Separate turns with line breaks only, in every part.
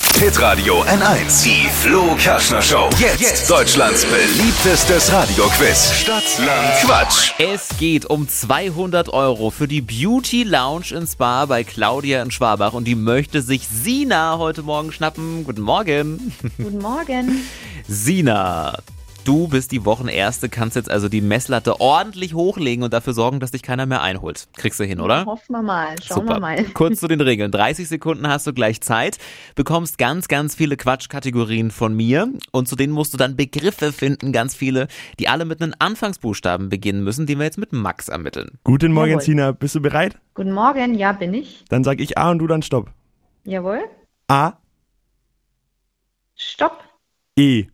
Hitradio N1. Die Flo Kaschner Show. Jetzt, Deutschlands beliebtestes Radioquiz. Stadt, Land, Quatsch.
Es geht um 200 Euro für die Beauty Lounge in Spa bei Claudia in Schwabach und die möchte sich Sina heute Morgen schnappen. Guten Morgen.
Guten Morgen.
Sina, du bist die Wochenerste, kannst jetzt also die Messlatte ordentlich hochlegen und dafür sorgen, dass dich keiner mehr einholt. Kriegst du hin, oder?
Hoffen wir mal. Schauen wir mal.
Kurz zu den Regeln. 30 Sekunden hast du gleich Zeit, bekommst ganz, ganz viele Quatschkategorien von mir und zu denen musst du dann Begriffe finden, ganz viele, die alle mit einem Anfangsbuchstaben beginnen müssen, den wir jetzt mit Max ermitteln.
Guten Morgen,
Jawohl.
Sina. Bist du bereit?
Guten Morgen. Ja, bin ich.
Dann sag ich A und du dann Stopp.
Jawohl.
A,
Stopp.
E.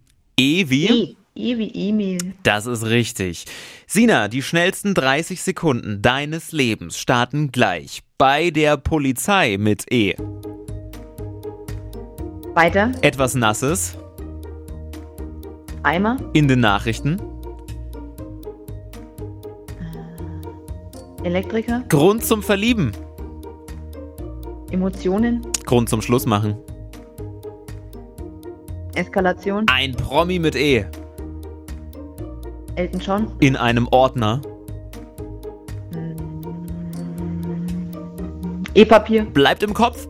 E wie?
E. E wie Emil.
Das ist richtig. Sina, die schnellsten 30 Sekunden deines Lebens starten gleich bei der Polizei mit E.
Weiter.
Etwas Nasses
Eimer.
in den Nachrichten.
Elektriker.
Grund zum Verlieben.
Emotionen.
Grund zum Schluss machen.
Eskalation.
Ein Promi mit E
Elton John.
in einem Ordner.
E-Papier.
Bleibt im Kopf.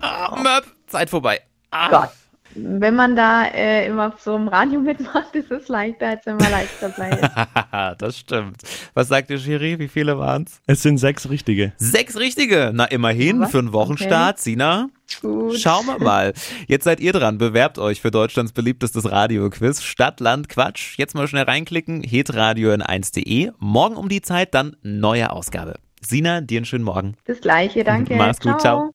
Ah, Möp. Zeit vorbei. Ah.
Mm. Gott. Wenn man da äh, immer so im Radio mitmacht, ist es leichter, als wenn man live dabei ist.
das stimmt. Was sagt ihr, Schiri? Wie viele waren's?
Es sind sechs richtige.
Sechs richtige. Na, immerhin
Was?
für einen Wochenstart. Sina,
Gut.
Schauen wir mal. Jetzt seid ihr dran. Bewerbt euch für Deutschlands beliebtestes Radioquiz. Stadt, Land, Quatsch. Jetzt mal schnell reinklicken. Hitradio in 1.de. Morgen um die Zeit dann neue Ausgabe. Sina, dir einen schönen Morgen.
Das gleiche, danke.
Mach's gut, ciao.